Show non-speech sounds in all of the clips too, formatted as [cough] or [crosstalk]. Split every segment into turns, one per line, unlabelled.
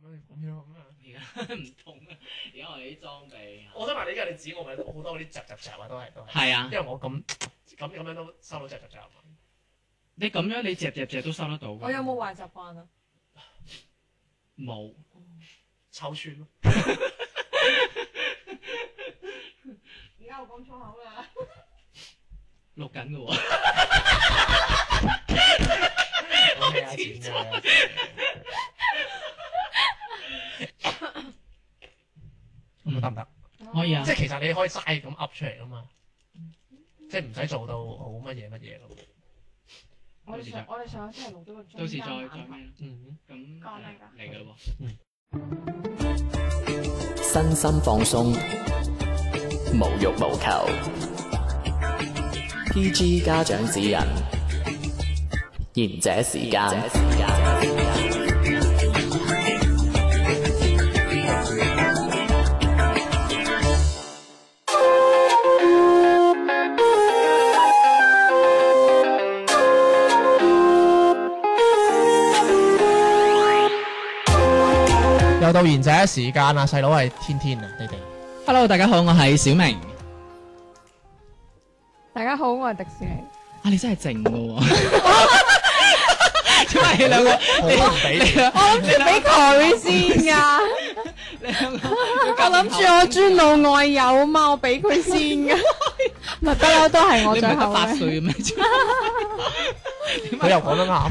蚊咁樣啊！
而家唔同啊！而家我哋啲裝備
我想問你，而家你指我咪好多嗰啲雜雜雜啊，都係都係，
係啊
因，為我咁咁咁樣都收到雜雜雜啊嘛。
你咁樣你隻隻隻都收得到㗎。
我有冇壞習慣啊？
冇？
抽穿咯，
而家我講粗口啦。
錄緊㗎喎，
我咩啊錢啫，咁得唔得？
可以啊
即係其實你可以齋咁噏出嚟噶嘛，即係唔使做到好乜嘢乜嘢咯。
[laughs] 我哋上我哋上個星期錄咗個中
到時
間
再
晚
再
飯
咩啦？
嗯，
咁
講嚟
誒
㗎
嚟㗎咯喎。
身心放鬆，無欲無求。PG 家長指引，賢者時間。
又到賢者時間啦，細佬係天天啊，你哋 [laughs]
Hello，大家好，我係小明。
大家好，我係迪士尼。
啊，你真係靜㗎
[laughs]
喎。因為你兩個，
好唔俾
你
你，
兩
我諗住俾佢先㗎，
你兩個，
我諗住我尊老愛幼啊嘛，我俾佢先㗎。唔係不嬲都係我
你唔
最
係得
後
八
嘅。
歲咩？
佢又講得啱。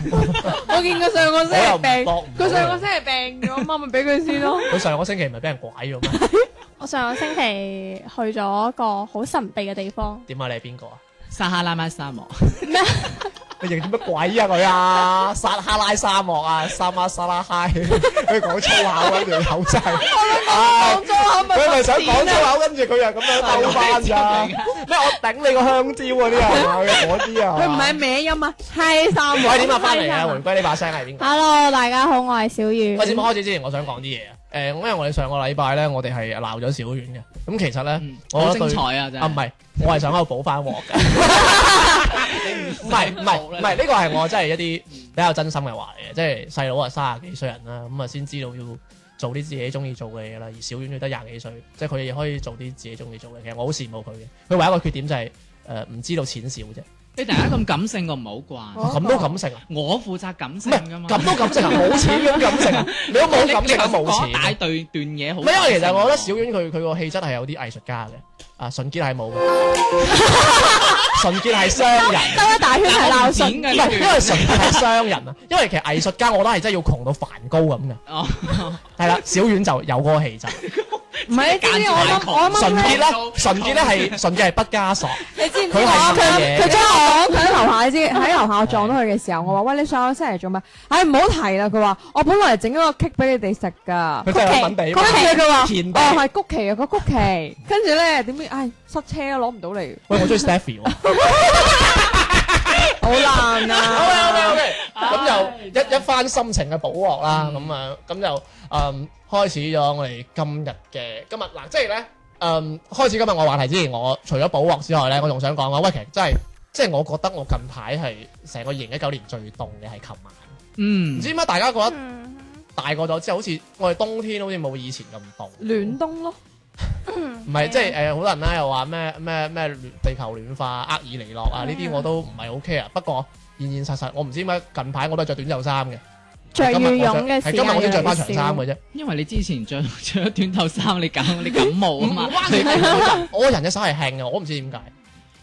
我見佢上個星期病
我又唔，搏唔到
佢上個星期病咗嘛，咪俾佢先咯。
佢上個星期唔係俾人拐咗咩？
我上個星期去咗一個好神秘嘅地方，
點啊？你係邊個啊？
撒哈拉馬沙漠。
你認啲乜鬼啊佢啊？撒哈拉沙漠啊，沙馬沙拉嗨，佢講粗口跟住口真係，唉
講粗口咪
佢咪想講
發展啊
粗口，跟住佢又咁樣兜翻咋？咩我頂你個香蕉嗰啲啊，嗰啲啊，
佢唔係咩音啊，嗨三
唔
毛。
點啊？翻嚟啊！
嗨
回
三毛
歸呢把聲係邊個？
Hello，大家好，我係小雨
喂，。節目開始之前，我想講啲嘢啊。誒，因為我哋上個禮拜咧，我哋係鬧咗小遠嘅。咁其實咧
嗯，
我覺
好
得
精
對
彩啊！真
啊，唔
係。
係，我係想喺度補翻鑊嘅。唔係唔係唔係，呢
[laughs]
個係我真係一啲比較真心嘅話嚟嘅，即係細佬啊三十幾歲人啦，咁啊先知道要做啲自己中意做嘅嘢啦。而小丸佢得廿幾歲，即係佢亦可以做啲自己中意做嘅。其實我好羨慕佢嘅。佢唯一一個缺點就係誒唔知道錢少啫，
你突然間咁感性，我唔好慣。
哦
咁都感性啊！
我負責感性
唔
㗎嘛
係。咁都感性啊，冇錢咁感性啊！你都冇感性啊，冇
講一大
錢。
對段嘢好。
唔係因為其實我覺得小丸佢佢個氣質係有啲藝術家嘅，啊純潔係冇嘅，純潔係商人。
兜一大圈係鬧
錢
順。
唔
嘅
係，因為純粹係商人啊。 [laughs] 因為其實藝術家，我覺得係真係要窮到梵高咁嘅。
哦，
係啦，小丸就有嗰個氣質。
唔係你知唔知我啱我啱
純
啱
潔
咧？
咧，純潔咧係純潔係畢加
[laughs]
索。
你
哦
知唔知
佢
我
係乜嘢
佢佢將我佢喺樓下知喺樓下我撞到佢嘅時候，我話喂你上個星期做乜？唉唔好提啦！佢話我本來係整咗個 cake 俾你哋食㗎。
佢真係揾地
跟住佢話
田地
哦係谷期啊個谷期，跟住咧點知唉塞車攞唔到嚟，
喂，我中意 Stephy 喎。
好難 [laughs] 啊！
OK OK OK，咁就一一番心情嘅補鑊啦。咁啊，咁就嗯開始咗我哋今日嘅今日嗱，即係咧嗯開始今日我話題之前，我除咗補鑊之外咧，我仲想講啊，喂，其實真係即係我覺得我近排係成個二零一九年最凍嘅係琴晚，唔
嗯
知，點解大家覺得？
嗯
大個咗之後，好似我哋冬天好似冇以前咁凍，
[laughs] 暖冬咯，
唔係
嗯
即係誒，好多人咧又話咩咩咩暖地球暖化、厄爾尼諾啊呢啲我都唔係 OK 啊。不過現現實實，我唔知點解近排我都係着短袖衫嘅，
着
今日
羽
我
絨嘅
係
時
今日
間
我先着
越嚟
翻
越
長衫
少。
嘅啫。
因為你之前着着咗短袖衫，你感你感冒啊嘛
唔。關事，我個人嘅手係輕嘅，我唔知點解。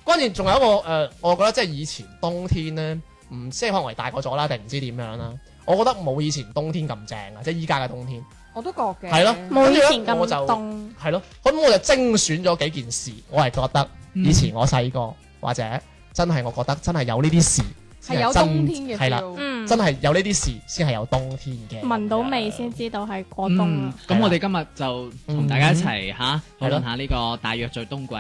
關鍵仲有一個誒、呃我覺得即係以前冬天咧，唔即係可能係大個咗啦，定唔知點樣啦。我覺得冇以前冬天咁正啊，即係依家嘅冬天。
我都覺嘅。
係咯
冇以前
跟住呢我
咁
就嗯
凍。
係咯，咁我就精選咗幾件事，我係覺得
嗯
以前我細個或者真係我覺得真係有呢啲事先
係有
真
冬天嘅
係啦，
feel。
嗯，
真係有呢啲事先係有冬天嘅。啊
聞到味先知道係過啊
嗯
冬啦。
咁我哋今日就同大家一齊吓討
係咯
論下呢個大約在冬季。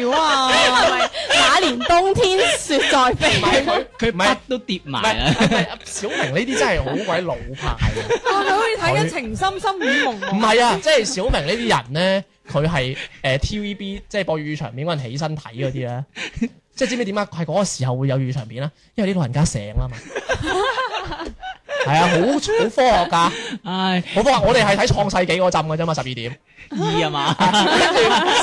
料啊！
那年冬天雪在
唔
飛。
係佢
佢
唔係
筆 [laughs] 都跌
唔
埋
係
啦。
唔係小明呢啲真係好鬼老 [laughs] 派嘅。
我哋好似睇緊《情深深雨蒙
唔
蒙》。
係啊，即係小明呢啲人咧，佢係呃誒 TVB 即係播粵語長片嗰陣起身睇嗰啲咧，
[laughs]
即係知唔知點解係嗰個時候會有粵語長片啦？因為啲老人家醒啦嘛。系啊，好好科學噶，
唉，
好科學。我哋係睇創世紀嗰陣嘅啫嘛，十二點。
二啊嘛，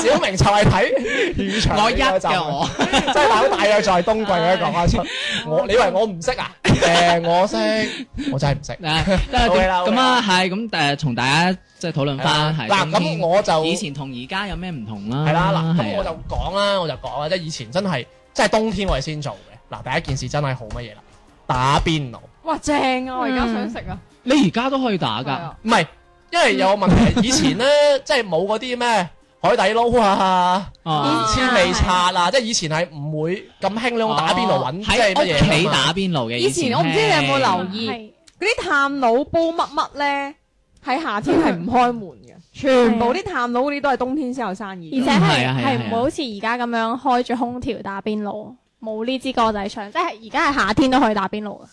[laughs] 小明就係睇雨場
我一
嗰
嘅
陣
我，
即啊係大佬大約就係冬季嗰一講 [laughs] 得出。我你以為我唔識啊？誒，我識， [laughs] 我真係唔識。
啊嗱得
好嘅
啦
啦
咁咁啊，係咁誒，同大家即係討論翻係
啊嗱，咁我就
以前同而家有咩唔同啦？
係啦，嗱，咁
係啊
我就講啦，我就講啦，即係以前真係，即係冬天我哋先做嘅。嗱，第一件事真係好乜嘢啦，打邊爐。
哇正啊！我而家想食啊，
你而家都可以打㗎，
係啊
唔係，因為有個問 [laughs] 題，以前咧即係冇嗰啲咩海底撈啊、
哦
千里刷啊，即係以前係唔會咁興呢種打邊爐揾，即係
喺
乜嘢㗎啊嘛
屋企打邊爐嘅。
以前我唔知你有冇留意
係
嗰啲炭佬煲乜乜咧，喺夏天係唔開門嘅，全部啲炭佬嗰啲都係冬天先有生
而
意
嗯
且
嘅。
係啊係啊係啊
係係唔會好似而家咁樣開住空調打邊爐，冇呢支歌仔唱，即係而家係夏天都可以打邊爐嘅，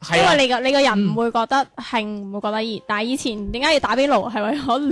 係啊
因為你個你個人唔會覺得興，唔會覺得熱。但係以前點解要打邊爐係為咗暖？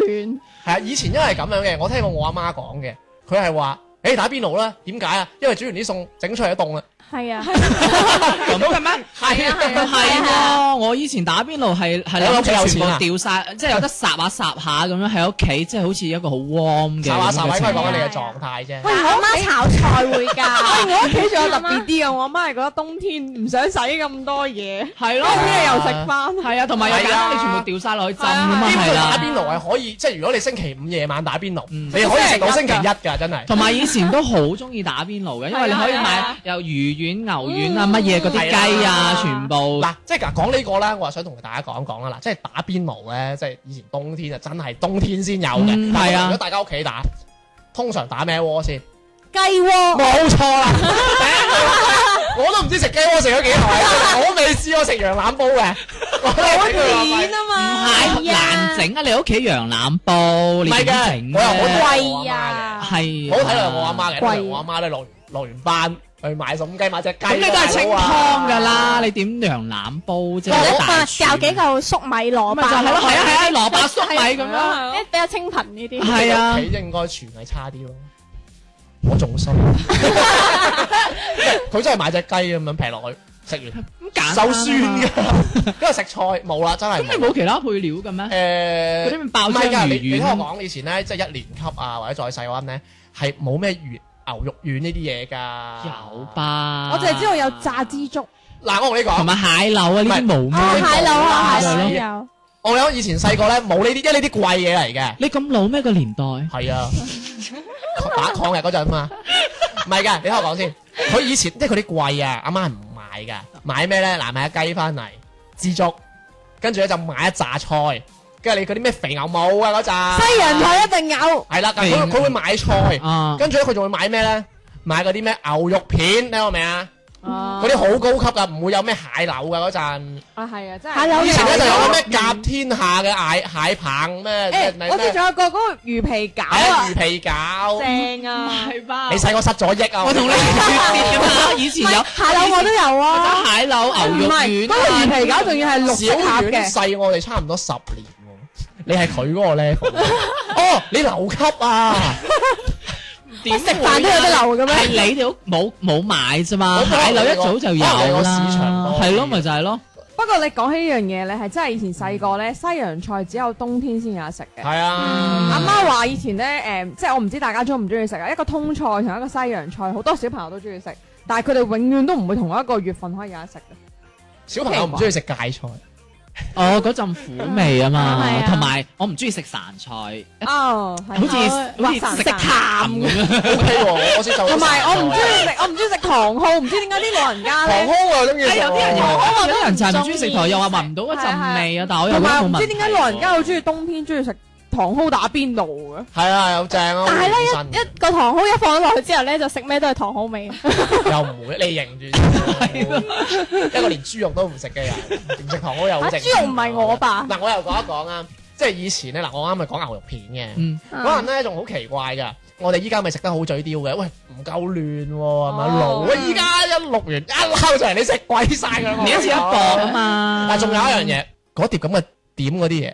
係啊，以前因為咁樣嘅，我聽過我阿媽講嘅，佢係話：，誒打邊爐啦，點解啊？因為煮完啲餸整出嚟都凍啦。
係啊，
咁嘅咩？
係啊，
係喎，我以前打邊爐係係
喺屋企有
諗住全
錢啊
部掉晒， [laughs] 即係有得霎下霎下咁樣喺屋企，即係好似一個好 warm 嘅
霎
咁
下霎下，
嘅
應該
情
係講緊
況
你嘅狀態啫。
喂，我
阿
阿
媽
媽
炒菜會
[laughs]
㗎。
我屋企仲有特別啲嘅，我阿媽係覺得冬天唔想洗咁多 [laughs] 嘢，
係
跟住
咯，
又食翻。
係啊，同埋有
係啊
揀你全部掉晒落去浸啊嘛，
基本
係
上打
啦。
邊爐係可以，即係如果你星期五夜晚打邊爐，
嗯
你可以食到星期一㗎，真係。
同埋以前都好中意打邊爐嘅，因為你可以
係啊係啊嗯
買有魚丸、牛丸啊、乜嘢嗰啲雞啊，全部
嗱，即係嗱講呢個咧，我係想同大家講講啦。嗱，即係打邊爐咧，即係以前冬天就啊真係冬天先有嘅。
嗯
但
係啊
如果大家屋企打，通常打咩鍋先？
雞窩
冇錯啦， [laughs] 我都唔知食雞窩食咗幾耐，我未試過食羊腩煲嘅。我
好
都係頂佢話咪
甜啊
唔
嘛，
係
係啊
難整啊！你屋企羊腩煲，
唔
你
係
點
嘅
整，
啊我又好
咧
體諒我阿媽
貴
嘅，
啊！
係
[laughs] 好體諒我阿媽嘅，通
貴
常我阿媽咧落完落完班去買餸雞買只雞，
咁你都係清湯
à.
㗎啦，你點羊腩煲啫？
或
或
者
者
大
發
廚
教幾嚿粟米蘿蔔，
咪就係咯，係啊係啊，蘿蔔粟米咁
係
樣，
啊，
比較清貧呢啲。
係啊
你屋企應該廚藝差啲咯。我仲
[laughs]
衰，佢真係買只雞咁樣劈落去，食完
咁 [laughs] 簡單啊
手
嘛
酸㗎，因為食菜冇啦，真係
咁你
冇。
冇其他配料嘅咩？嗰
誒
啲。咪爆
唔係
漿
㗎，你你
魚
聽我
丸，
講，以前咧即係一年級啊，或者再細嗰陣咧，係冇咩魚牛肉丸呢啲嘢㗎。
有？吧？
我淨係知道有炸枝竹，
嗱，我同你
同
講，
埋蟹柳啊，呢啲冇
啊，
係
咩？
蟹柳啊，蟹柳
係
有。
我諗以前細個咧冇呢啲，因為呢啲貴嘢嚟嘅。
你咁老咩個年代？
係啊，打抗日嗰陣嘛，唔係㗎，你聽我講先。佢以前即係佢啲貴啊，阿媽係唔買㗎，買咩咧？嗱，買只雞翻嚟，枝竹，跟住咧就買一紮菜，跟住你嗰啲咩肥牛冇啊嗰扎，
西洋菜一定有，
係啦，佢佢會買菜。
啊，
跟住咧，佢仲會買咩咧？買嗰啲咩牛肉片，你明我未啊？嗰
嗰
啲好高級噶，唔會有咩蟹柳噶嗰陣。
啊係啊，真係
蟹柳
以前咧就有
有
個咩甲天下嘅蟹蟹棒咩咩
誒，我知
咩，
仲有個嗰個魚皮餃
係啊
啊
魚，皮餃。
正啊！
係吧
你細個失咗憶啊！
我同你脫
[laughs]
節㗎嘛，啊以前有
蟹柳我都有啊，
打蟹柳牛
唔
肉
係嗰
丸啊
個魚。皮餃仲要係綠色
小
盒
丸
嘅，
細我哋差唔多十年喎，你係佢嗰個
[laughs]
level。哦，你留級啊！
點食
飯都有得留嘅咩
係你哋屋冇冇買啫嘛，
我冇
蟹柳一早就有
我有個
啦，
市場多
係咯，咪就係咯，
不過你講起呢樣嘢咧，係真係以前細個咧，西洋菜只有冬天先有得食嘅。
係啊，
阿媽話以前咧，誒，即係我唔知大家中唔中意食啊，一個通菜同一個西洋菜，好多小朋友都中意食，但係佢哋永遠都唔會同一個月份可以有得食 [laughs] 嘅。
小朋友唔中意食芥菜，
哦嗰陣苦味啊嘛
係，啊
同埋我唔中意食潺菜，
哦，係
好似
好
好似食鹹咁樣，
O K 喎，我先就
同埋我唔中意食，我唔中意食糖蒿，唔知點解啲老人家
糖
咧，
空啊，中意食
有啲人
喎
又有啲人就係唔中意食
唔中
糖，
意
又話聞唔到嗰陣味啊，但係我又
[laughs] 同
覺得
埋
冇
唔
問
知
題
點解老人家好中意冬天中意食糖蒿打邊爐嘅。
係啊，有正啊，
但
好
係
健身
咧，一一個糖蒿一放咗落去之後咧，就食咩都係糖蒿味。
又唔會，你認住先，一個連豬肉都唔食嘅人，唔食糖好有
啊
正。
豬肉唔係我吧
嗱，我又講一講啊，即係以前咧，嗱，我啱咪講牛肉片嘅，
嗯，
嗰陣咧仲好奇怪㗎。我哋依家咪食得好嘴刁嘅，喂唔夠嫩喎，係咪
哦
滷啊？依家一淥完一撈上嚟，你食鬼晒㗎啦！
你一次一
搏
搏啊！嘛，
但仲有一樣嘢，嗰碟咁嘅點嗰啲嘢，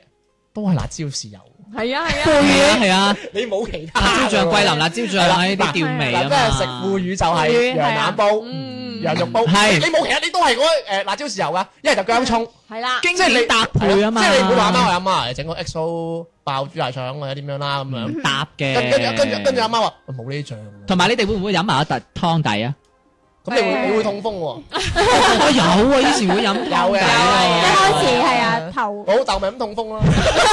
都係辣椒豉油，
係啊係啊。
係啊係啊，
你冇其他
辣椒醬、
㗎喎
桂林辣椒醬
係啦
啊呢啲調味
嗱，
啊
即係
嘛，
食腐乳就係羊腩煲，
嗯
羊肉煲，
係
你冇其他，你都係嗰誒辣椒豉油噶，一係就姜葱，
系 [laughs] 啦，
經典搭配啊嘛，
即係你唔好話媽我阿媽嚟整個 XO 爆豬大腸或者點樣啦咁樣，
唔搭嘅。
跟跟住跟住跟住阿媽話喂冇呢啲醬喎，
同埋你哋會唔會飲埋個特湯底啊？
咁你會
誒
你會痛風喎，哦
我有啊，以前會飲
有嘅有嘅
湯底
一
啊。
開
Ờ.
始係啊頭
我老豆咪咁痛風咯，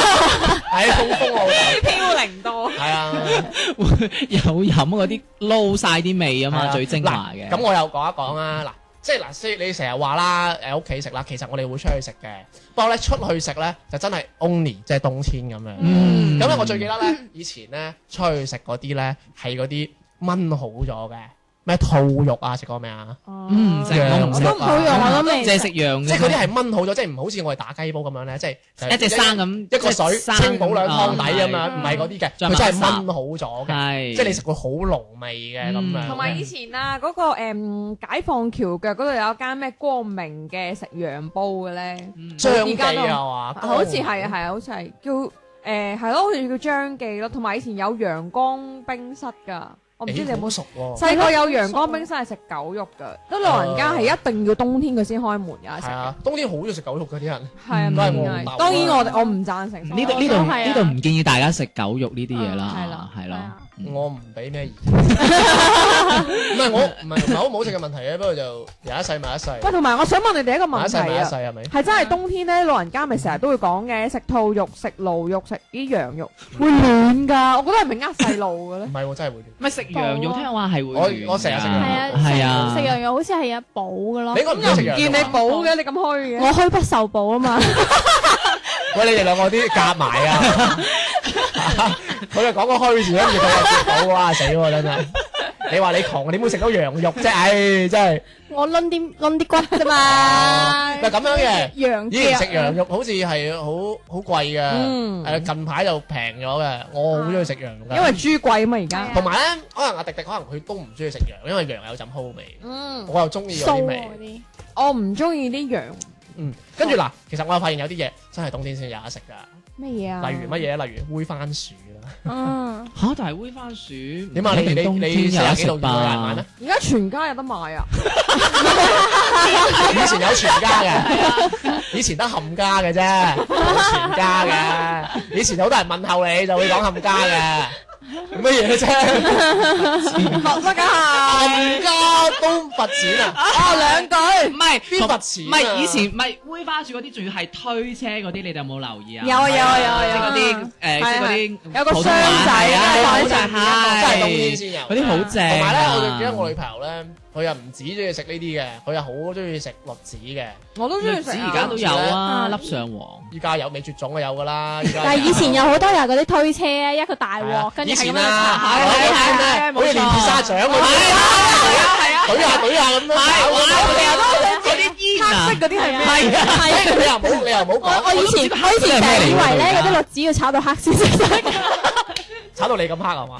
係痛風我老豆，
飘零多，
係啊。
[laughs] 有飲嗰啲撈晒啲味啊
係
嘛，
啊
最精華嘅。
嗱咁我又講一講啦，嗱，即係嗱，雖然你成日話啦，誒屋企食啦，其實我哋會出去食嘅，不過咧出去食咧就真係 only 即係冬天咁樣。
嗯，
咁咧我最記得咧，以前咧出去食嗰啲咧係嗰啲炆好咗嘅，咩兔肉啊，食過未啊？
哦
嗯食
羊
我
肉
唔
我都唔好用，
啊
我都未
即係食羊嘅，
即係嗰啲係炆好咗，即係唔好似我哋打雞煲咁樣咧，即係就
嗯一隻生咁，
一個水
即係生
清補兩湯底咁
啊
樣，唔係嗰啲嘅，
再
佢真係
烚
炆好咗嘅，
係
即係你食會好濃味嘅咁樣。
嗯
同埋以前啊，嗰個誒解放橋腳嗰度有一間咩光明嘅食羊煲嘅咧，
張記啊嘛，
好似係啊係啊，好似係叫誒係咯，好似叫張記咯。同埋以前有陽光冰室㗎，我唔知你有冇
誒好熟喎。
細個有陽光冰室係食狗肉㗎，都老人家係一定要冬天佢先開門㗎食
係
嘅
啊。，冬天好中意食狗肉嘅啲人，
係啊，
嗯
唔
都係
係
黃豆啊
當然我哋我唔贊成
呢度呢
我都
度
係啊
呢度唔建議大家食狗肉呢啲嘢啦，
嗯係啦
係
係
啦
啊，
嗯
我唔俾
[laughs]
咩意見。唔係我唔係唔係好唔好食嘅問題嘅，不過就人一世物一世，
喂，同埋我想問你哋一個
物
問
一世
題
物一
啊
世。係咪？
係真係冬天咧，老人家咪成日都會講嘅，食兔肉、食驢肉、食啲羊肉會暖㗎。我覺得係咪呃細路
[laughs]
嘅咧
唔？係喎，真係會亂。
唔係食羊肉，
補啊
聽話係會
我
暖
我成日食
㗎
係啊
係啊，
食羊肉好似係有補嘅咯
你，應該唔中意食羊
見你
肉啊。
補嘅，你咁虛嘅。
我虛不受補啊嘛，
喂，你哋兩個啲夾埋
[laughs]
啊！佢就講個虛字，跟住佢又食到，哇死喎真係！你話你窮，點會食到羊肉啫？唉，真係。
我攆啲攆啲骨啫嘛，
嗱咁樣嘅
羊
以前食
腳
羊肉好似係好好貴嘅，
嗯
誒近排就平咗嘅。我好中意食羊嘅，
因為豬貴啊嘛，而家
係啊
同埋咧，可能阿迪迪可能佢都唔中意食羊，因為羊有陣蒿味，
嗯，
我又中意
酥
嗰啲味
嗰。啲，
我唔中意啲羊
嗯，跟住嗱，其實我又發現有啲嘢真係冬天先有得食㗎，
乜嘢啊？
例如乜嘢？例如煨番薯啦。
嗯，
嚇，但係煨番薯
點啊？你
一定
你
冬天
你四
有得
十幾
食
度有人買
吧
咩？？
而家全家有得賣啊！
[laughs] 以前有全家嘅，以前得冚家嘅啫，冇全家嘅。以前好多人問候你就會講冚家嘅，乜嘢啫？
學得㗎係。
冚家都發展啊！
啊
Ờ,
兩句
唔係
邊
同
罰錢啊
唔
à.
係以前唔係煨番薯嗰啲，仲要係推車嗰啲，你哋有冇留意啊？
有啊有啊有啊有
即係
啊
嗰啲誒，即係嗰啲
係係有個
普通話
箱仔
係啊
有個
好
箱仔
係
真係冬天先有
嗰啲好正啊。
同埋咧，我就記得我女朋友咧，佢又唔止中意食呢啲嘅，佢又好中意食栗子嘅。
我都中
栗
意食
子
啊。
而家都有啊，
嗯
粒上黃。
依家有未絕種嘅有㗎啦，依家
但係以前有好多有嗰啲推車啊，一個大鑊，跟住
以
係咁
前
樣
啊，
踩
我
嗰
嗰
啲
啲
啊
咩，好似連沙掌嗰啲，
係啊
懟下懟下咁樣
啊
啊搞嗰
Ờ,
啲。
嗰啲煙
黑
啊，
色嗰啲係咩？
係啊，
你又唔好，你又唔
我
好
我
講，
以前我以前成日以為咧嗰啲栗子要炒到黑先食得，
炒到你咁黑啊係嘛？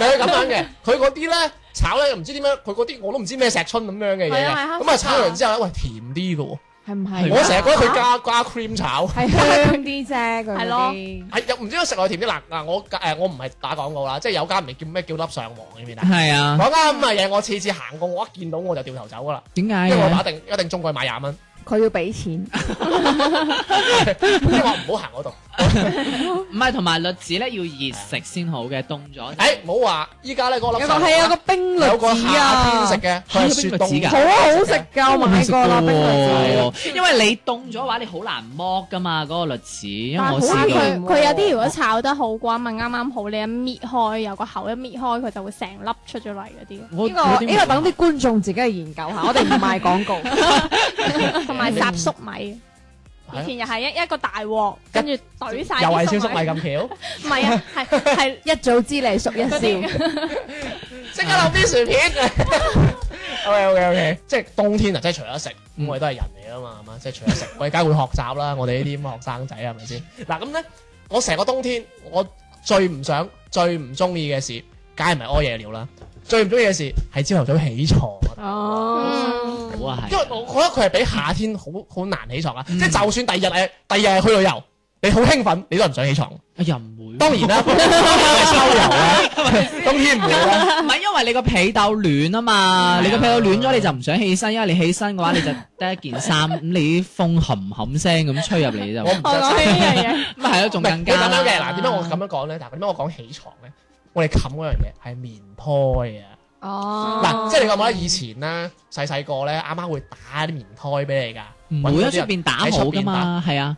咪係咁樣嘅，佢嗰啲咧炒咧又唔知點樣，佢嗰啲我都唔知咩石春咁樣嘅嘢
係
嘅，
啊係啊
咁啊炒完之後咧，喂甜啲嘅喎，
係唔係？
我成日覺得佢加加 cream 炒。
係香啲啫，佢
係
係
咯
咯。
係又唔知點解食落去甜啲嗱嗱，我誒我唔係打廣告啦，即係有間唔係叫咩叫粒上皇裏面啊，
係
嗯
啊，
嗰間咁嘅嘢，我次次行過我一見到我就掉頭走噶啦，
點解
啊
因為我
嘅？
打定一定中過去買廿蚊。
佢要俾錢。
即係話唔好行嗰度。
唔係同埋栗子咧要熱食先好嘅，凍咗。
誒，唔好話依家咧嗰個粒
嗯有個
壽
係有個冰栗
有個
子啊，
夏天食嘅，佢係雪
係有冰栗
凍
子㗎
好啊好食㗎，我買過啦，冰栗子。
因為你凍咗嘅話，你好難剝噶嘛嗰個栗子，因為
但
我
係好
試
啱
過。
佢佢有啲如果炒得好嘅話，咪啱啱好你一搣開有個口一搣開佢就會成粒出咗嚟嗰啲咯，
我
呢個呢個等啲觀眾自己去研究下，我
[laughs]
哋唔賣廣告。
同埋烚粟米。
係啊
以前又係一一個大鑊，跟住懟晒
又係
啲啊
燒
粟
粟米
米，
咁巧，
唔係啊，係係
一早知你熟一
嗰
笑，
啲
即刻落啲薯片。OK OK OK，即 [laughs] 係冬天啊，即係除咗食，咁
嗯
我哋都係人嚟噶嘛，係嘛？即係除咗食，我哋梗係會學習啦。我哋呢啲咁嘅學生仔係咪先？嗱咁咧，我成個冬天我最唔想、最唔中意嘅事，梗係唔係屙夜尿啦。最唔中意嘅事係朝頭早起床啊。
哦，
好啊，係。
因為我覺得佢係比夏天好好難起床啊！即係就算第二日誒，第二日去旅遊，你好興奮，你都唔想起床。
又唔會喎。
啊當然啦，當然係秋遊啦，冬天唔會啦。
唔係因為你個被竇暖啊嘛，你個被竇暖咗你就唔想起身，因為你起身嘅話你 [laughs] 就得一件衫，咁你啲風冚冚聲咁吹入嚟就，
我唔
咁
我講起呢樣嘢，
咪係咯，仲更加
你咁樣嘅嗱，點解我咁樣講咧？嗱，點解我講起床咧？我哋冚嗰樣嘢係棉胎啊！
哦，
嗱，即係你覺唔覺得以前咧細細個咧，阿媽會打啲棉胎俾你
唔
㗎？
會
揾
喺
咗啲
出
人
邊打
喺
好
出
噶
邊
嘛，係啊，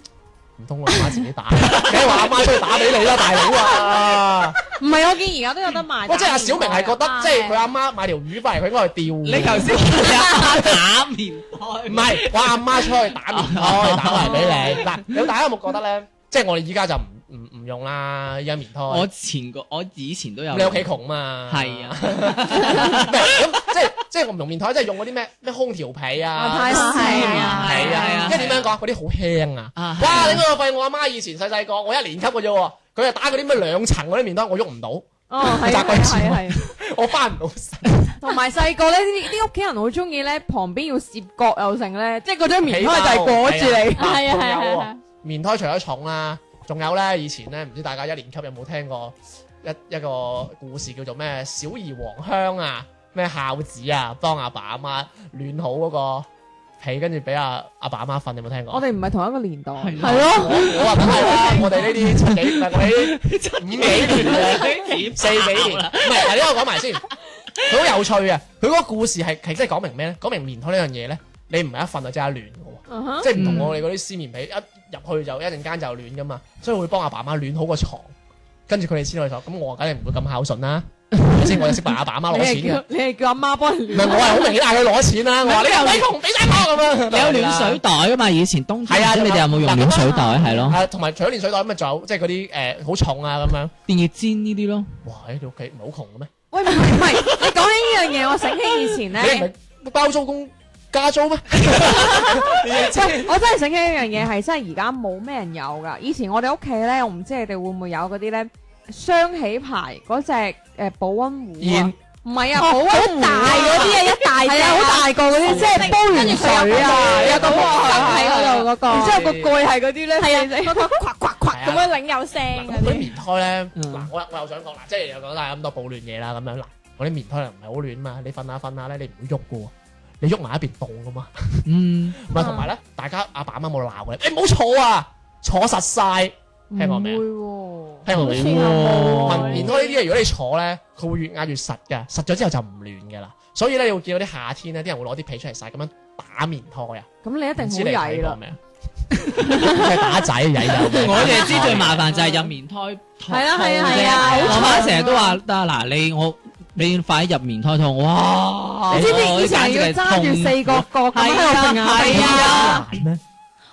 唔通我阿媽自己打？梗係話阿媽出去打俾你啦，大佬
[laughs]
啊！
唔係，我見而家都有得賣。
哇，即係阿小明係覺得，即係佢阿媽買條魚翻嚟，佢應該去釣。
你頭先話打棉
唔
胎，
係，我阿媽出去打棉
[laughs]
胎打埋俾你。嗱，咁大家有冇覺得咧？即係我哋依家就唔唔唔用啦，依家棉胎。
我前個我以前都有，
你屋企窮嘛？
係啊。
[laughs] 咩咁即係即係我唔用棉胎，即係用嗰啲咩咩空調被啊，
太細啊！
係
係
啊
啊，
因為點樣講，嗰啲好輕啊！
啊
哇，頂我個肺！我阿媽以前細細個，我一年級嘅啫喎，佢就打嗰啲咩兩層嗰啲棉胎，我喐唔到，
哦，係啊係啊係啊。
我翻唔到身，
同埋細個咧，啲啲屋企人好中意咧，旁邊要攝角又成咧，即係嗰張棉胎就係裹住你。
啊
係啊係啊
仲有
係
喎
啊，
棉胎除咗重啦，仲有咧，以前咧，唔知大家一年級有冇聽過一一個故事叫做咩小兒黃香啊，咩孝子啊，幫阿爸阿媽暖好嗰個被，跟住俾阿阿爸阿媽瞓，有冇聽過？
我哋唔係同一個年代，
係
係咯，
我話梗係啦，我哋呢啲七幾
[laughs]
唔係我哋呢啲五幾年嘅。四幾年，唔係，係呢我講埋先。佢好有趣嘅，佢嗰個故事係係真係講明咩咧？講明棉胎呢樣嘢咧，你唔係一瞓就即刻暖嘅喎，
嗯哼
即係唔同我哋嗰啲絲棉被一入去就一陣間就暖噶嘛，所以會幫阿爸媽暖好個床，跟住佢哋先去坐。咁我梗係唔會咁孝順啦，先我就識扮阿爸阿媽攞
你係
錢嘅
叫。你係叫阿媽幫
唔
你
係我係好明顯嗌佢攞錢啦，我話你又鬼窮，俾晒我咁樣。
你有暖水袋噶嘛？以前冬天
係啊
唔知你哋有冇用暖水袋？係咯，
啊，同埋除咗暖水袋咁啊，仲有即係嗰啲誒好重啊咁樣。
電熱氈呢啲咯。
哇！你屋企唔係好窮嘅咩？
喂，唔係唔係，你講起呢樣嘢，我醒起以前
你
咧，
唔係包租公加租咩？
喂，我真係醒起一樣嘢，係真係而家冇咩人有噶。以前我哋屋企咧，我唔知你哋會唔會有嗰啲咧雙喜牌嗰只誒保温壺啊
然。
唔係啊，好大嗰啲啊，一大係啊，好大個嗰啲，即係煲完水啊，有個木喺嗰度嗰個，然之後個蓋係嗰啲咧，係啊，
咁樣擰有聲
嗱，
嗰
咁嗰啲
啲，
棉胎咧，
嗯
嗱，我我又想講嗱，即係又講晒咁多保暖嘢啦，咁樣嗱，我啲棉胎又唔係好暖嘛，你瞓下瞓下咧，你唔會喐嘅喎，你喐埋一邊凍噶嘛，
嗯，
唔係同埋咧，大家阿爸阿媽冇鬧嘅，你唔好坐啊，坐實晒，聽過未啊？
會
聽過未？
好似啊
哦
有
棉
喎
棉胎呢啲嘢，如果你坐咧，佢會越壓越實嘅，實咗之後就唔暖嘅啦，所以咧，你會見到啲夏天咧，啲人會攞啲被出嚟曬，咁樣打棉胎啊，
喎，咁你一
唔知
定
你
好曳
睇過
啦，
未啊？係打仔曳就，
我哋知最麻煩就係入棉胎套。
係啊係啊
啫
係啊
我
好
媽
慘啊
成日都話：得嗱，你我你快啲入棉胎套。哇！
你知唔知以前要揸住
啊
四個角咁喺度揈下
係啊
難咩？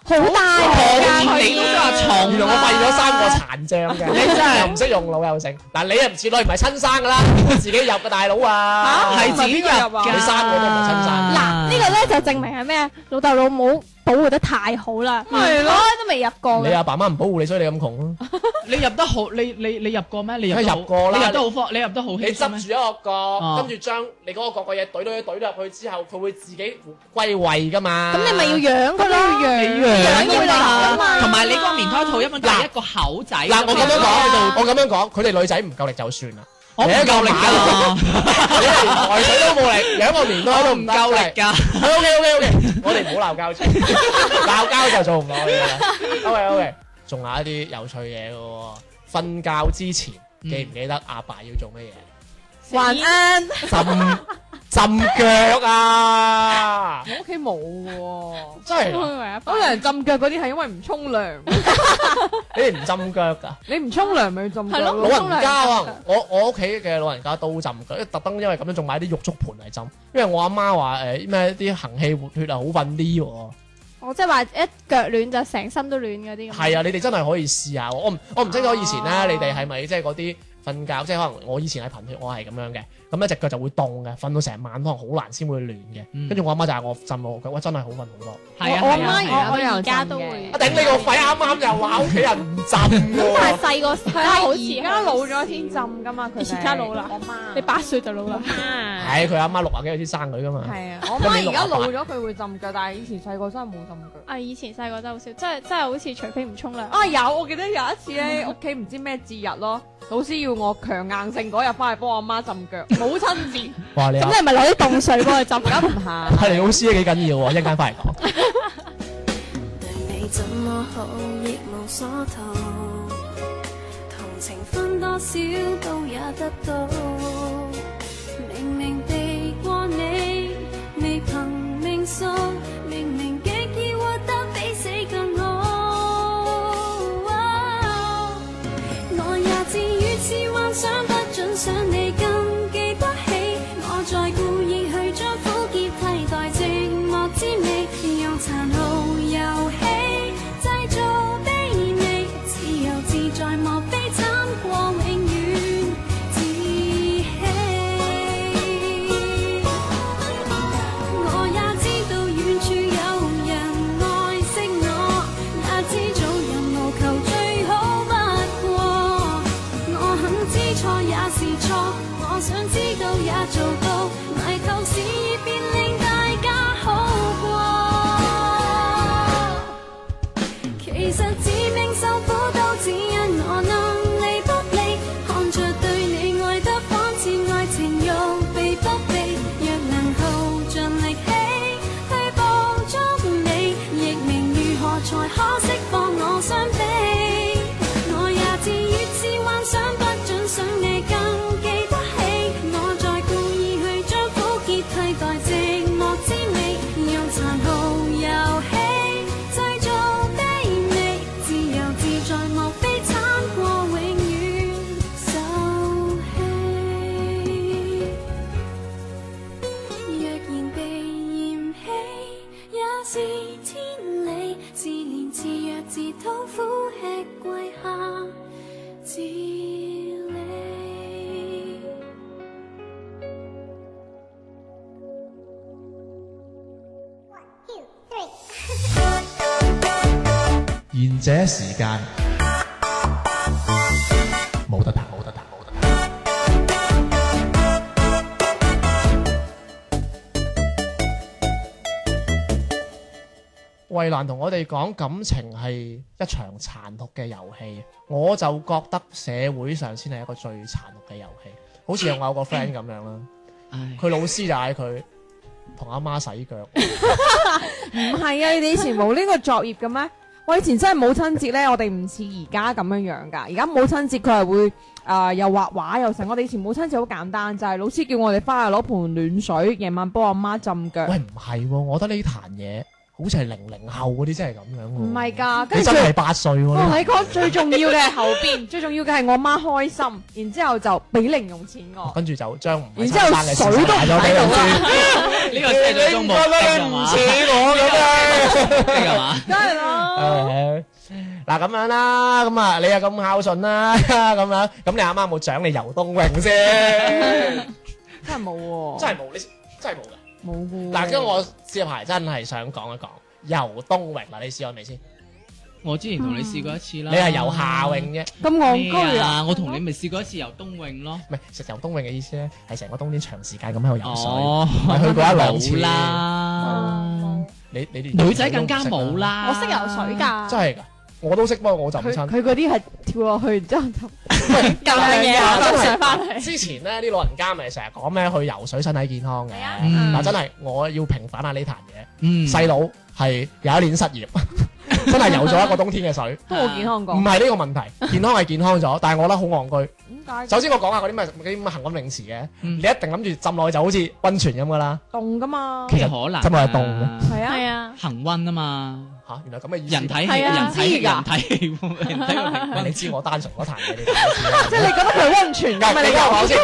好大㗎
痛？你都話重
原來我發現咗三個殘障嘅，
[laughs] 你真係
又唔識用腦又剩。嗱，你又唔似女唔係親生㗎啦，自己入嘅大佬啊，
係自己入
邊個入啊
㗎，
你三個都唔係親生
嗱呢個咧就證明係咩？老豆老母保護得太好啦，
係咯
我都未入過
你
嘅，
阿爸媽唔保護你，所以你咁窮咯。
你入得好，你你你入過咩？你
梗係
得
入過啦
你入得好方，你入得好
你
輕鬆
執
咩？
住一個角，
哦
跟住將你嗰個角嘅嘢懟到懟入去之後，佢會自己歸位㗎嘛。
咁你咪要養佢咯，
啊你
養要
養
嚟㗎嘛，
同埋你嗰個棉胎套一般都係一個口仔。
嗱，我咁樣
啊
講，我咁樣講，佢哋女仔唔夠力就算啦，
我唔夠力
啊
㗎，
你連抬水都冇力，兩個棉胎
我
都
唔
唔得
夠力㗎。
O K O K O K，我哋唔好鬧交先，鬧交就做唔落去啦。O K O K，仲有一啲有趣嘢嘅喎。瞓覺之前
嗯
記唔記得阿爸要做乜嘢？
還啱，
浸浸腳啊！
我屋企冇喎。
真係啊㗎
我
通常浸腳嗰啲係因為唔沖 [laughs] 涼，
你哋唔浸腳㗎？
你唔沖涼咪浸腳
係咯
老
冇
人家啊，我我屋企嘅老人家都浸腳，因為特登因為咁樣仲買啲浴足盤嚟浸，因為我阿媽話誒咩啲行氣活血啊好瞓啲喎。
我即係話一腳暖就成身都暖嗰啲咁。
係啊，你哋真係可以試下喎。我唔我唔清楚以前咧，
哦
你哋係咪即係嗰啲瞓覺，即係可能我以前係貧血，我係咁樣嘅。咁一隻腳就會凍嘅，瞓到成晚可能好難先會暖嘅。
嗯
跟住我阿媽就係我浸我腳，喂真係好瞓好多。
係啊
我
係
阿媽
啊係啊
我有
而家
浸
都
嘅
會
啊頂你個肺，啱啱又話屋企人唔浸 [laughs]
但
喎
係。細個時
係
候
啊，
好似
而家老咗先浸噶嘛，佢哋
而家老啦
我媽
你八歲就老啦。
媽
係佢阿媽六啊幾歲先生佢噶嘛？
係啊，我
咁你六
媽
啊
而
八
家老咗佢會浸腳，但係以前細個真係冇浸腳。
啊！以前細個真係好少，真係真係好似除非唔沖涼。
啊有，我記得有一次咧，屋企唔知咩節日咯，老師要我強硬性嗰日翻去幫我媽浸腳，母親節
哇你
咁
啊
你，係咪攞啲凍水幫佢浸
咁
緊？
唔行。
係你老師幾緊要喎，一陣間翻嚟講。
對你怎麼好，亦無所圖。同情分多少都也得到，明明避過你，未憑命數，明明極易活得比死更好。我也至於痴幻想，不准想你更記得起。我再故意去將苦澀替代寂寞滋味，用殘酷遊戲製造卑微，自由自在，莫非慘過永遠自欺？我也知道遠處有人愛惜我，也知做人無求最好不過。我肯知錯也是錯，我想知道也做到，埋頭事業便令大家好過。其實自命受苦都只因我能力不理，看着對你愛得仿似愛情欲避不避，若能耗盡力氣去捕捉你，亦明如何才可釋放我傷悲。我也至於痴幻想，不准想你更記得起，我再故意去將苦澀替代寂寞滋味，用殘酷遊戲。製造卑微，自由自在，莫非慘過永遠受氣？若然被嫌棄，也是天理，自憐自虐自討苦吃跪下自理。
賢者時間冇得彈，冇得彈，冇得彈。衛蘭同我哋講感情係一場殘酷嘅遊戲，我就覺得社會上先係一個最殘酷嘅遊戲。好似我有個 friend 咁樣啦，
唉，
佢老師就嗌佢同阿媽洗
[laughs]
腳。
唔係啊，你哋以前冇呢個作業嘅咩？我以前真係母親節咧，我哋唔似而家咁樣樣噶。而家母親節佢係會啊又畫畫又成。我哋以前母親節好簡單，就係、老師叫我哋翻去攞盆暖水，夜晚幫阿媽浸腳。
喂，唔係喎，我覺得呢壇嘢好似係零零後嗰啲真係咁樣喎。
唔係㗎，
你
跟住
真係八歲喎！
我
呢
同你講最重要嘅係後邊， [laughs] 最重要嘅係我媽開心，然之後就俾零用錢我。
跟住就將唔
然
係
之後
生嘅
水都唔
買咗俾
喺度啊
佢
啦，
呢個先係最終目的
啊我 [laughs]
係嘛？
梗係啦。
咁樣。嗱咁樣啦，咁啊你又咁孝順啦， [laughs] 咁樣咁你阿媽有冇獎你游冬泳
[laughs]
先？
真係冇喎，
真
係
係冇，你真係冇㗎。
冇嘅喎。
嗱，跟我接排真係想講一講游冬泳嗱，你試過未先？
我之前同你試過一次
你
啦，
係游夏泳啫，
咁
咩
戇居啊！
啊！我同你咪試過一次游冬泳咯。
唔係食游冬泳嘅意思咧，係成個冬天長時間咁喺度游水。
哦，
去過一兩次
冇啦，
你你連
女仔更加冇。啦。
我識游水。㗎，
啊真係㗎，我都識，不過我就唔
佢
親。
佢嗰啲係跳落去，然之後就
救命嘢
真
我
係
都上翻
[laughs]
嚟。
之前咧啲老人家咪成日講咩去游水身體健康嘅，
嗯
嗱真係我要平反下呢壇嘢。
嗯，
細佬係有一年失業，真係游咗一個冬天嘅水，
都冇健康過
唔。係呢個問題，健康係健康咗，但係我覺得好戇居。
點解？
首先我講下嗰啲咩嗰啲咩恆溫泳池嘅，
嗯
你一定諗住浸落去就好似温泉咁噶啦，
凍噶嘛
其實
可能
真係凍
啊
係
[laughs]
啊，
係啊，
恆温啊嘛，
嚇原來咁嘅意思。
人體氣
係啊
人體
知㗎
人體氣溫人體嘅
[laughs]
平
喂你
均。
知我單純嗰壇
[laughs]
嘢，你就
即係你覺得佢温
知
泉㗎
啦。
嘛？
你
你
聽我講先，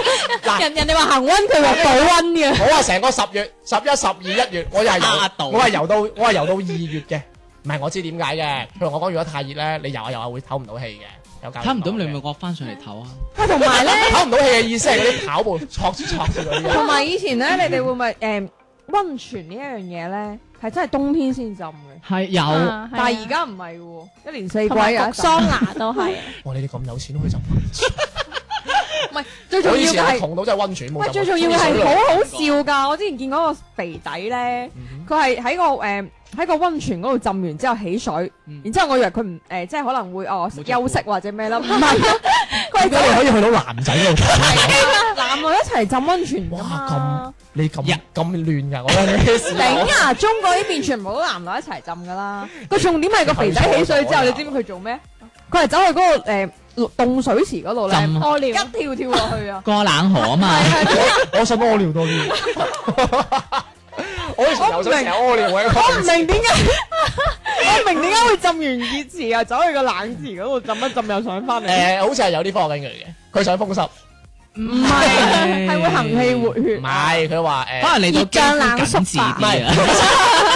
嗱。
人人哋話行温，佢話保温
[laughs]
嘅。
我話成個十月、十一、十二、一月，我又係
蝦
游
到，
我係游到，我係游到二月嘅。唔係我知點解嘅，譬如我講如果太熱咧，你游下游下會唞唔到氣嘅，有教練
睇唔到
講
你
嘅
咪惡翻上嚟唞啊！
喂同埋咧，
唞唔到氣嘅意思係嗰啲跑步挫住挫住嗰啲啊
[laughs] 同埋以前咧，你哋會唔會誒温泉呢一樣嘢咧，係真係冬天先浸嘅？
係有
啊係啊
但係而家唔係喎，一年四季
同埋
啊
焗，桑拿都係，
哇！你哋咁有錢可以浸溫
唔係 [laughs] 最
泉，
重
我以
要
前
嘅
係
係，
窮到真係温泉冇
喂
浸過。
最重要嘅
水涼
係好好笑㗎！我之前見嗰個肥底咧，佢係喺個誒喺個温泉嗰度浸完之後起水，
嗯
然之後我以為佢唔誒，即係可能會哦
冇着褲
休息或者
[laughs]
咩啦，唔係啊，佢係
點解你可以去到男仔嗰度睇？
男女一齊浸温泉㗎
哇咁
嘛。！
你咁
呀
咁亂㗎，我覺得你嘅事
頂啊！中國呢邊全部都男女一齊浸㗎 [laughs] 啦。個重點係個肥仔起水之後，你知唔知佢做咩？佢係走去嗰個誒凍水池嗰度咧，
浸
[laughs] 屙
急
尿。
跳跳落去 [laughs] 啊！
過冷河啊 [laughs] 嘛，
我想屙尿多啲。我以前游水成日屙尿嘅，
我唔明點解， [laughs] 我唔明點解會浸完熱池又走去個冷池嗰度浸一浸又上翻嚟。
誒，好似係有啲科學根據嘅。佢想風濕，
唔
係 [laughs] 係會行氣活血。
唔係佢話誒，
可能你到肌膚緊緻
啊唔係
啲啊，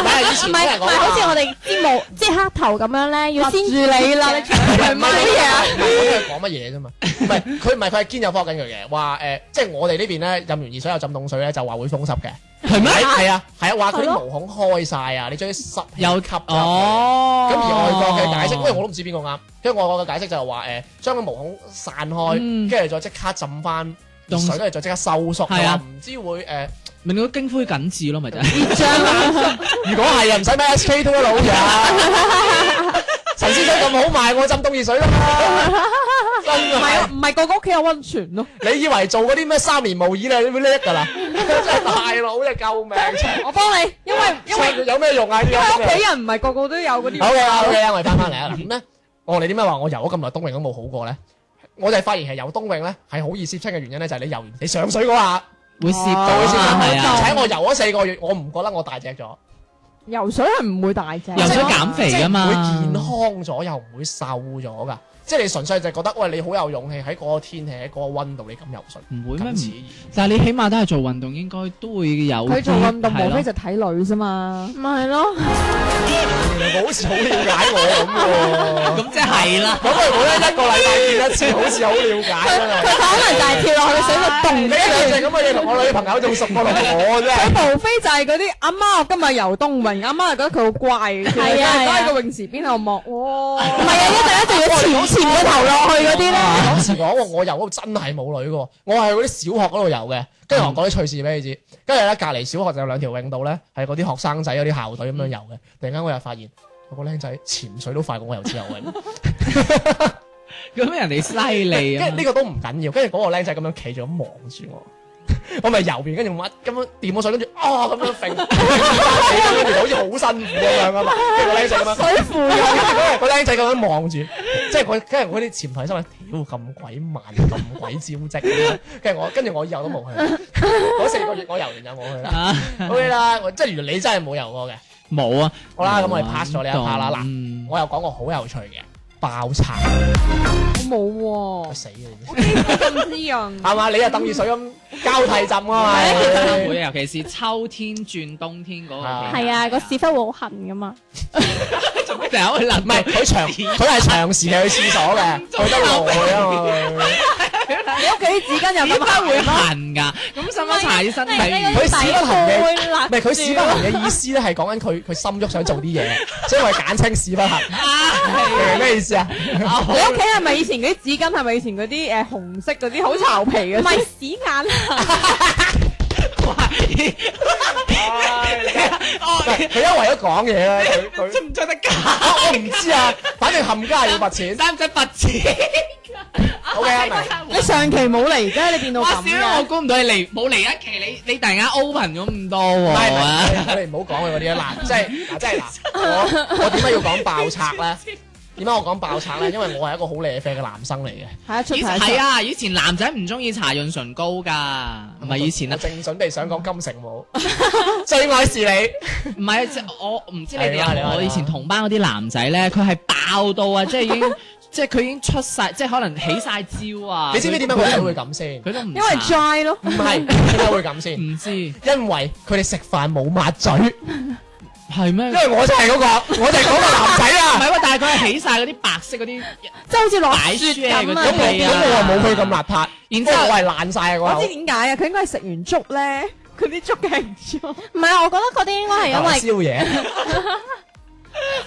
唔係以
唔
前啲
係
人
唔
講
係，
話
好似我哋啲毛即係黑頭咁樣咧，要先
住你 [laughs] 啦，你搶佢咪啊！
唔係我聽佢講乜嘢啫嘛？唔係佢唔係佢係堅有科學根據嘅，話誒，即係我哋呢邊咧浸完熱水又浸凍水咧，就話會風濕嘅。
係咩？
係啊，係啊，話佢
係
啲
咯
毛孔開晒啊，你將啲濕氣
有
吸咗入去
哦，
咁而外國嘅解釋，因為我都唔知邊個啱，跟住外國嘅解釋就係話誒，將個毛孔散開，
嗯
跟住再即刻浸翻
凍
水，跟住再即刻收縮，
係
係啊
啊，
唔知會誒，
令到肌膚緊緻咯，咪就係。
[laughs] 如果係啊，唔使買 SK two 啦，老人。
[laughs]
陳先生咁好賣，我浸凍熱水啦嘛，真
唔係
係
啊，唔係個個屋企有温泉咯。
你以為做嗰啲咩三年模擬你會叻㗎啦？ [laughs] 真係大佬，真係救命！
我幫你，因為因為
有咩用啊？呢
因為
啲
屋企人唔係個個都有嗰啲。
好嘅，好嘅，我哋翻翻嚟啊！嗱咁咧，我哋點解話我游咗咁耐冬泳都冇好過咧？我就係發現係游冬泳咧係好易攝親嘅原因咧，就係你游完你上水嗰下
會涉
就
到
會攝
哦
啊，係
親。而
啊，
且我游咗四個月，我唔覺得我大隻咗，
游水係唔會大隻，
游水減肥
即係
㗎嘛，
會健康咗又唔會瘦咗噶。即係你純粹就係覺得，喂，你好有勇氣喺嗰個天氣喺嗰個温度，你咁游水，
唔會咩？
咁
唔
似
但係你起碼都係做運動，應該都會有
佢做運動
係
無
咯
非就睇女啫嘛。
咪係咯，
好似好了解我咁喎。
[laughs] 咁即係啦。
咁咪冇得一個禮拜見一次，好似好了解真係。
可能就係跳落去水度
你
凍
一樣就係咁嘅嘢，同我女朋友仲熟過同我真係。
佢無非就係嗰啲阿媽，我今日游冬泳，阿媽就覺得佢好乖，係
啊係啊
喺個泳池邊度望，哇！
唔係啊，一陣一陣要潛潛個頭落去嗰啲咧，
嗰時講啊我游嗰度真係冇女嘅喎，我係嗰啲小學嗰度游嘅，跟
嗯
住我講啲趣事俾你知。跟住咧，隔離小學就有兩條泳道咧，係嗰啲學生仔嗰啲校隊咁樣游嘅。突然間我又發現有個僆仔潛水都快過我游自由泳，
咁人哋犀利啊
跟住呢！個都唔緊要。跟住嗰個僆仔咁樣企住咁望住我， [laughs] 我咪游完，跟住乜咁樣掂咗水，跟住啊咁樣
[laughs]
揈，跟住好似好辛苦咁樣啊嘛。跟住個僆仔咁樣。
水庫
[laughs] 跟住個僆仔咁樣望住，即係佢，跟住嗰啲潛台心諗，屌咁鬼慢，咁鬼招積，跟住我，跟住我以後都冇去，嗰四個月我游完就冇去啦。
啊
OK 啦，我即係原來你真係冇游過嘅，
冇啊，
好啦，咁我哋 pass 咗呢一 part 啦。嗱，
嗱，
我又講個好有趣嘅爆拆，
我冇喎，
死啊！
我肌膚咁滋潤。
係嘛？你又等住水咁交替浸啊
[laughs]
嘛？
會尤哎其是秋天轉冬天嗰
啊
個期 [laughs]
係啊，個屎忽會好痕噶嘛，
間，做咩成日去諗？
唔係佢長，佢係長時期去廁所
[laughs]
嘅，佢得耐啊嘛。
你屋企啲紙巾有
點
咁
解會
痕咯？
痕㗎？咁使乜搽起身體？
佢屎忽痕嘅
會啦
唔。係佢屎忽痕嘅意思咧，係講緊
[laughs]
佢佢心喐想做啲嘢，所以我係簡稱屎忽痕。明咩意思啊？
你屋企係咪以前嗰啲紙巾係咪以前嗰啲誒紅色嗰啲好巢皮嘅？
唔係屎眼啊！
[laughs]
佢因為咗講嘢咧，佢佢
出 [laughs] 唔出得㗎？
啊我唔知啊，反正冚家係要罰
[laughs]
錢。
使唔使罰
[laughs]
錢？
O K 啊，明
你上期冇嚟啫，你變到
我
咁
少，我
嘅。
估唔到你嚟冇嚟一期，你你突然間 open 咗咁多喎。
唔係唔係我哋唔好講佢嗰啲啊啦。嗱，即係嗱，即係嗱，我我點解要講爆拆咧？點解我講爆拆咧？因為我係一個好靚啡嘅男生嚟嘅。
係啊，出
以
題
前係啊，以前男仔唔中意搽潤唇膏㗎，唔係以前
我
啊，
正準備想講金城
[laughs]
武，最愛是你。
唔係即係我我唔知你哋有
係啦係啊啦
冇我以前同班嗰啲男仔咧，佢係爆到啊，即係已經 [laughs] 即係佢已經出晒，即係可能起晒招啊。
你知唔知點解
佢
個
[laughs]
仔會？咁先？
佢都唔
因為
搽
dry 咯，
唔係點解會咁先？
唔知
因為佢哋食飯冇抹 [laughs] 嘴，因
係咩？
為我就係嗰個，我就係嗰個男仔
唔
啊。
係喎，但係佢係起晒嗰啲白色嗰啲
即係好似落
擺
雪
雪
咁
[laughs]
嗰
咁
啊
啲。
我咁我話冇佢咁邋遢，
然
不
之
過我
後
係爛晒嘅
我
嗰
知點解啊，佢應該係食完粥咧，佢啲粥係唔錯。
[laughs]
唔係，我覺得嗰啲應該係因為
宵夜，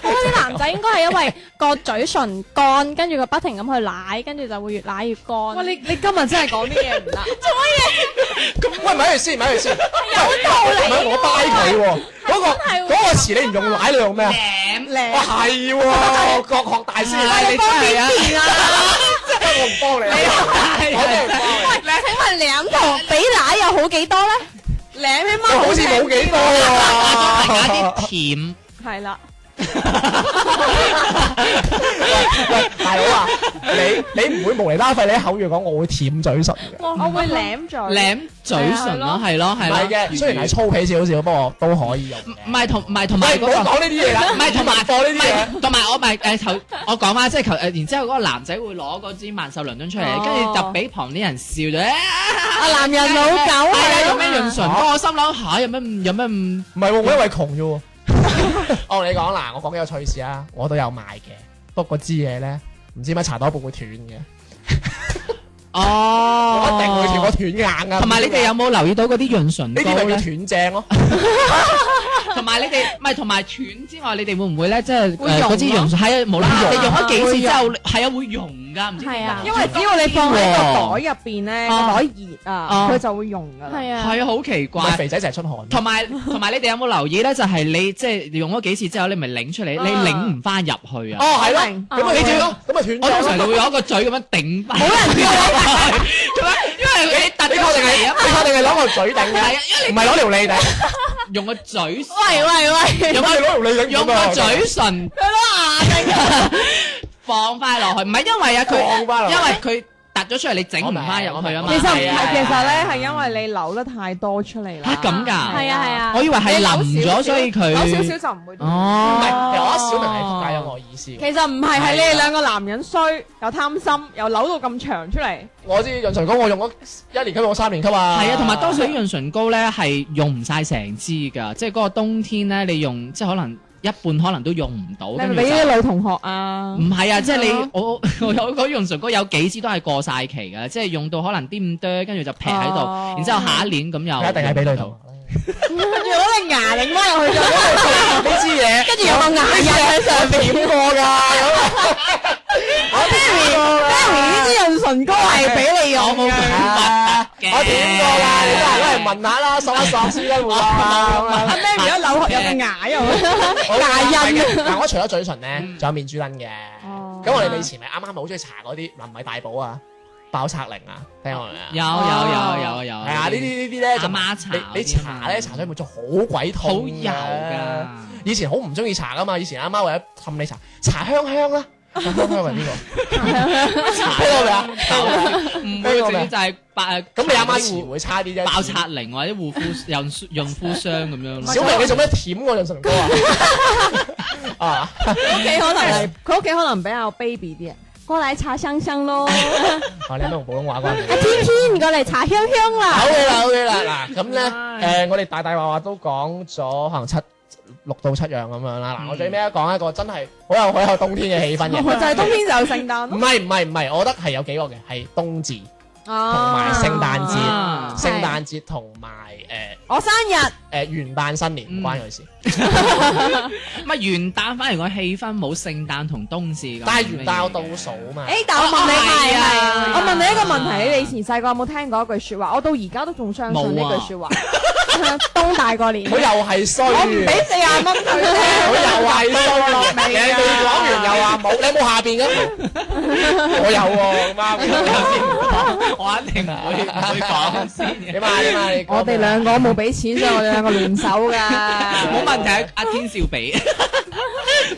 我覺得啲男仔應該係因為個嘴唇乾，跟住佢不停咁去舐，跟住就會越舐越乾。
哇！你你今日真係講啲嘢唔 [laughs] 得，
咁喂，咪住先，咪住先，有啊道
理
唔係我掰佢喎，嗰
真
個
係會
嗰個詞你唔用奶，你 [laughs] 用咩啊？
靚
哇，係 [laughs] 喎，國學大師嚟，
你真係啊！
我唔幫你啊，我真係唔幫你。
請問舐同比奶有好幾多咧？舐起
又
碼
好似冇幾多 [laughs]
大家
喎。
啲甜，
係啦，
喂，大佬啊，你你唔會無厘啦廢，你一口語講我會舔嘴唇嘅。
我我會舐嘴，
[laughs] 舐嘴唇咯，係咯，
唔
係
係
咯。
嘅，雖然係粗鄙少少，不過都可以用嘅。
唔係同唔係同埋
喂，
嗰
唔
個
好講呢啲嘢啦，
唔係同埋
播呢啲嘢。
同埋我咪誒頭我講翻，即係求誒，然之後嗰個男仔會攞嗰支萬壽倫敦出嚟，跟住就俾旁啲人笑咗。啊
啊男人老狗
係啊，
係
有咩潤唇？我心諗嚇，有咩唔有咩唔
唔係喎，我因為窮啫喎。我同你講嗱，我講幾個趣事啊，我都有買嘅，不過支嘢咧，唔知點解茶多部會斷嘅，我
哦，
一定會斷，我斷硬噶。
同埋你哋有冇留意到嗰啲潤唇
呢
膏
啲咪
咧
叫？斷正咯？
同埋你哋唔係同埋斷之外，你哋會唔會咧？即係誒
會溶
嗰支
咯
潤唇係啊，無啦啦
會
你
溶
用咗幾次
會
之
溶
後，係啊會溶㗎，唔知點解
係啊
因為只要你放喺個袋入邊咧，個
啊
袋熱啊，
啊
佢就會溶噶啦。
係啊，
係啊，好奇
唔係
怪。
肥仔成日出汗。
同埋同埋，你哋有冇留意咧？就係你即係用咗幾次之後，你咪擰出嚟，你擰唔翻入去啊！
哦，係咯，
明
咁咪
你
斷
斷
咯，咁咪斷
我通
正
常
咯。
就會攞個嘴咁樣頂翻。冇人叫我， [laughs] 因為你突
你
咗
確 [laughs]
出
定係
嚟啊嘛！
你確定係攞個嘴頂
係
嘅
啊，因為，
唔係攞條脷頂。
用個嘴，
喂喂
點
用
解
個
你攞條脷頂？
用個嘴唇 [laughs] 放翻落去，唔係因為啊
放返落
佢，
去
因為佢突咗出嚟，你整唔翻入去啊嘛。
喂，其實唔
係啊
係，其實咧係因為你流得太多出嚟啦。
嚇咁㗎
係
à,
啊係啊，
我以為係
你
淋
扭少少
咗，所以佢
扭少少就唔會。
唔
哦
係，其實我覺得小明係撲街咗我意思嘅。
其實唔係，係你哋兩個男人衰，又貪心，又扭到咁長出嚟。
我知潤唇膏我用咗一年級，我三年級啊。
係啊，同埋多數啲潤唇膏咧係用唔晒成支㗎，即係嗰個冬天咧，你用即係可能一半可能都用唔到，
你
跟
咪
住
俾
就
啲女同學啊
唔！係啊，即係
係
你
啊
我 [laughs] 我有嗰啲潤唇膏有幾支都係過晒期㗎，即係用到可能啲咁多，跟住就劈喺
哦
度，然之後下一年咁又
一定係俾女
用唔
同學
到。
啦。
跟住攞隻牙擰翻入去咗，
呢支嘢，跟
跟住有個牙印喺上邊。
點過㗎？咁我點過
呢
啦？
支潤唇膏係俾你
我
用
冇
嘅。
咁
我點過啦？你都係都係問下啦，索一索先啦，會啦。
咩？如果扭入個牙入去，
牙印。嗱，我除咗嘴唇咧，仲有面珠墩嘅。
哦
咁我
啊
哋以前咪啱啱好中意搽嗰啲，嗱唔係大寶啊，爆拆靈啊，聽過未啊？
有有有有有。
係啊，呢啲呢啲咧就
哦阿媽搽
你你
嗰啲啊
搽咧搽水冇咗好鬼
好
痛啊
油㗎
㗎。。以前好唔中意搽噶嘛，以前阿媽為咗氹你搽，搽香香啦，香香係呢個，聽過未啊？
唔會直接就係爆
咁你阿媽詞
護
會差啲啫。
爆擦靈或者護膚 [laughs] 潤潤膚霜咁樣
[laughs]
咯。
小明你做咩舔我潤唇膏
[laughs]
啊？ [laughs] 啊，
屋企可能係佢屋企可能比較 baby 啲啊。
過嚟擦香香咯，
啊你阿媽同普通話關係。
天天過嚟擦香香啦
好。嘅
[laughs]
啦，好嘅啦，嗱咁咧，誒我哋大大話話都講咗可能七六到七樣咁樣啦。嗱，我最尾一講一個真係好有 [laughs] 好有冬天嘅氣氛
[laughs] 就
嘅。
係冬天就有聖誕
唔
咯，
係唔係唔係，我覺得係有幾個嘅，係冬至、
同
埋聖誕節
啊
聖誕節同埋誒。
我生日
誒元旦新年唔關佢事，
唔係啊元旦反而個氣氛冇聖誕同冬至咁。
但係元旦有倒數啊嘛。
哎誒，但我問你
係啊係啊
我問你一個問題，你以前細個有冇聽過一句説話？我到而家都仲相信呢句説話。 [laughs]
冬大過
[laughs]
年
佢，又係衰，
我唔
佢
俾四廿蚊佢
又
咧，
係衰，你哋講完又話冇，你有冇下
[laughs]
邊嘅？我有喎，咁啱。
我一定唔
[laughs]
會唔會講先嘅。
點啊點啊，你講
我哋兩個冇俾錢，所以我哋兩個聯手㗎。
冇問題，阿天少
[laughs]
俾。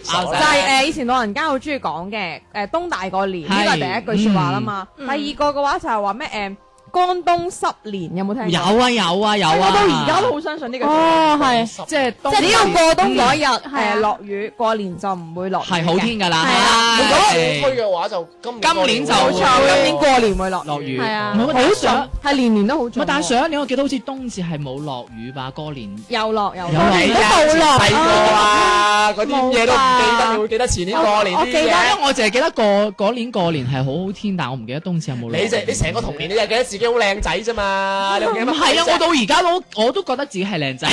就係誒以前老人家好中意講嘅誒冬大過年呢個係第一句説話啦嘛。第二個嘅話就係話咩誒乾冬濕年有冇聽過？
有啊有啊有啊！
我到而家都好相信呢句説話。
哦係，
即係冬
只要過冬嗰日
係啊
誒落雨，過年就唔會落雨
係好天㗎啦。
係啊
如果
唉
係區嘅話，就今
今年就
冇錯，今年過年會落
落雨。
係啊
唔係但
好
係上
準，係年年都好
唔係
準。
但係上一年我記得好似冬至係冇落雨吧？過年
又落又
有
落，
你
都冇落細個啊，嗰啲嘢都唔記得，你會記得前年過年啲
因
嘢。
為我淨係記得過嗰年過年係好好天，但我唔記得冬至有冇落雨。
你就你成個童年，你就記得自己己好靚仔啫嘛，你唔記得
唔
乜
係啊，
啫
我到而家都我都覺得自己係啊靚仔。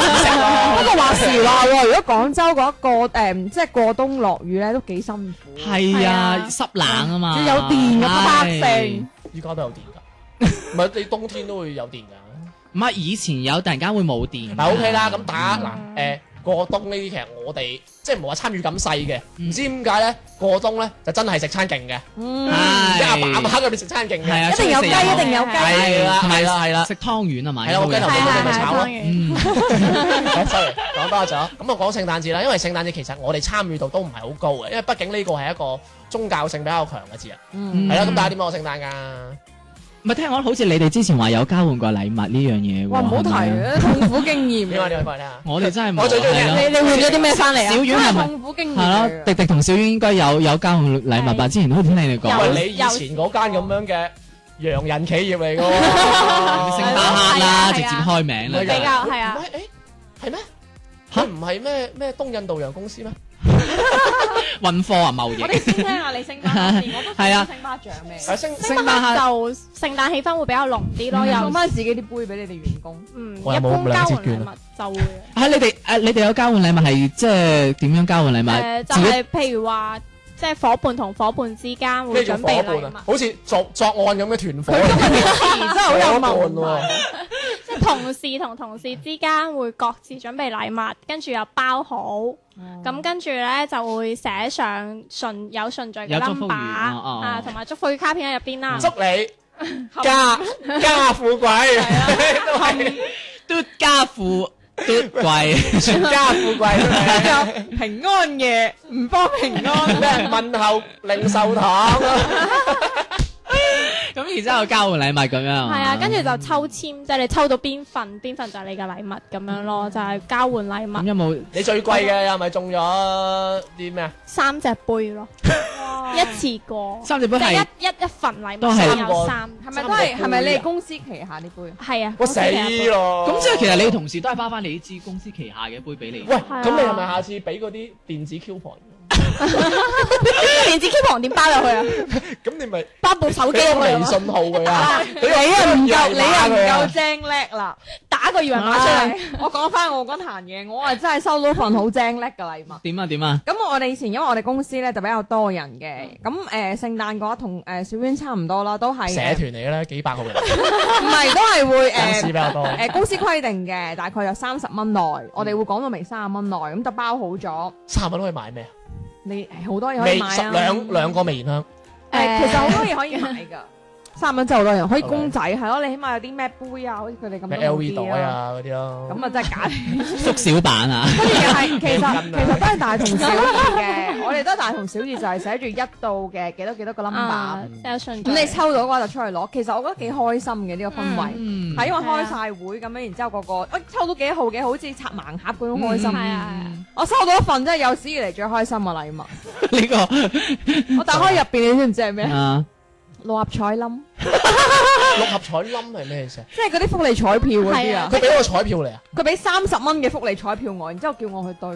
不過話時話喎，如果廣州嗰一個誒，即係過冬落雨咧，都幾辛苦。
係啊，
係啊
濕冷啊嘛，
有電嘅啪啪聲
係
依家都有電㗎，唔係你冬天都會有電㗎。
唔係以前有，突然間會冇電。
嗱 OK 啦，咁打嗱誒過冬呢啲其實我哋即係唔係話參與感細嘅，唔知點解咧過冬咧就真係食餐勁嘅，
嗯，
即係阿爸阿
係
媽入邊食餐勁
係啊
嘅，
一定有雞，
出去食嘢
一定有雞。
係啦
同埋
係啦係啦
食湯圓啊嘛，
係啦，我
應該
雞頭
會
煲
係
你咪
係啊
炒咯啊
當。然
嗯，
[laughs] 哦 sorry，講多咗。咁我講聖誕節啦，因為聖誕節其實我哋參與度都唔係好高嘅，因為畢竟呢個係一個宗教性比較強嘅節日。
嗯
係啦，咁大家點過聖誕㗎？
唔係聽講好似你哋之前話有交換過禮物呢樣嘢喎。
哇，唔好提
係咪啊！
啊，痛苦經驗。
點啊？你可以講嚟聽下。
我哋真係冇。
我最中意
係咯
你
你換咗啲咩翻嚟
小丸係咪
痛苦經驗
係
嚟
咯，
㗎。
迪迪同小婉應該有有交換禮物吧？
係
之前好似聽你哋
有
講
喂，你以前嗰間咁樣嘅洋人企業嚟㗎
[laughs]
喎，
星巴克啦，
係啊係啊
直接開名
唔係㗎
比
啦。
較係啊
唔，係，誒係咩？
嚇
佢唔係咩咩東印度洋公司咩？
運貨啊，貿易
我。哋先聽下
[laughs]
你星巴克先，我都
係啊
星巴克獎咩？
係星
星巴克就聖誕氣氛會比較濃啲咯，
送
又
翻自己啲杯俾你哋員工。
嗯一
嗯我有冇咁
般
兩
交
折
換
券
禮
啊
物就會嘅。
啊！你哋誒，你哋有交換禮物係即係點樣交換禮
誒
物？
呃就
自己
係譬如話，即係伙伴同伙伴之間
咩
會
叫
準
伙
備
伴
禮
啊？
物，
好似作作案咁嘅團伙，
真係好有文
伙
化
伴。喎
即係同事同同事之間會各自準備禮物，跟住又包好，
哦
咁跟住咧就會寫上順有順序嘅
有祝福語
number
哦哦
啊，同埋祝福語卡片喺入邊啦。
祝你家家富 [laughs] 貴，都係
嘟家富嘟貴，
全家富貴
[laughs]
都係。
有平安夜，唔幫平安。
咩問候零售堂
咁然之後交換禮物咁樣。係
係啊，跟住就抽籤，即係你抽到邊份，邊份就係你嘅禮物咁樣咯，
嗯
就係交換禮
咁
物
有冇
你最貴嘅係咪中咗啲咩啊？
三隻杯咯，一次過，
三隻杯
即係
係
一一一份禮物
都係
先有三，
係咪都係？係咪你哋公司旗下啲杯？
係啊？
我
我
死
先有一個 [laughs]
咯！
咁？即係其實你同事都係包翻你支公司旗下嘅杯俾你。
喂，
啊
咁你係咪下次俾嗰啲電子 coupon？
電子 coupon 點包入去啊？
咁你咪
包部手機
俾個
[laughs]
入去
微
啊
信號
[laughs]
佢啊？你
你啊唔夠，你啊唔夠精叻啦！
打個二維碼出嚟。
我講翻我嗰壇嘢，我係真係收到份好精叻嘅禮物。
點啊點啊！
咁我哋以前因為我哋公司咧就比較多人嘅，咁誒、呃、聖誕嗰一同誒小娟差唔多啦，都係
社
呃
團嚟嘅咧，幾
[laughs]
百個人，
唔係都係會
公司比
誒
較多。
誒公司規定嘅，大概有三十蚊內，我哋會講到明三十蚊內，咁就包好咗。
三十蚊可以買咩啊？
你誒好多嘢可以
味
買啊！
十兩兩個味然香，
誒，
誒
其實好多嘢可以買㗎。三蚊真係好多人，可以
Okay
公仔係咯，你起碼有啲咩杯啊，好似佢哋咁
咩
都好
LV
啲
袋，啊嗰啲咯。
咁啊真係 [laughs] 假。
縮小版啊！
跟住又 [laughs] 係其實
咩巾啊
其實都係大同小異嘅，我哋都係大同小異，就係寫住一到嘅幾多幾多個 number。
啊，即係順
咁你抽到嘅話就出去攞，其實我覺得幾開心嘅呢個氛圍，
嗯，
係因為開晒會咁樣，然之後個個喂抽到幾號幾好似拆盲盒嗰種開
Ừ.
係
心。
[laughs]
啊，
我收到一份真係有史以嚟最開心嘅 [laughs] 禮物，
呢個
我打開入邊你知唔知係咩？
啊，
六合彩冧，
六合彩冧係咩意思啊？
即係嗰啲福利彩票嗰啲啊
係。
佢俾個彩票你啊
佢俾三十蚊嘅福利彩票我，然之後叫我去對，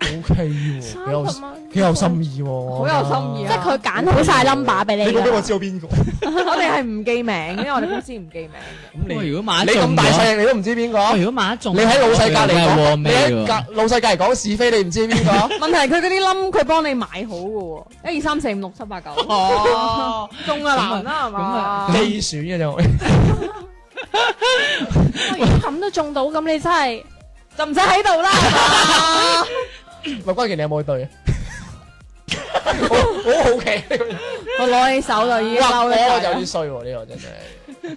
？O K 喎，幾有
30蚊
幾有心意喎，
好有心意
即
啊
係佢揀好晒 number 俾你㗎。
你冇俾我知道邊個？
我哋係唔記名嘅，因為我哋公司唔記名嘅。
咁
喂
你
如果買
你
中
咁大
咗
細，你都唔知邊個？
喂如果買中，
你喺老細隔離講，你
係喎
喺
咩喎
隔老細隔離講是非，你唔知邊個？
[laughs] 問題係佢嗰啲冧，佢幫你買好嘅喎，一二三四五六七八九，
[laughs] 哦，
中啊難啦係嘛？
[laughs] 機選嘅啫，我
喂如果咁都中到，咁你真係
就唔使喺度啦 [laughs] 係嘛，
喂，關鍵你有 [laughs] 冇去對啊？我我好奇呢個，
我攞起手就已經
哇！
嬲
我有
啦。
啲衰喎，呢個真係。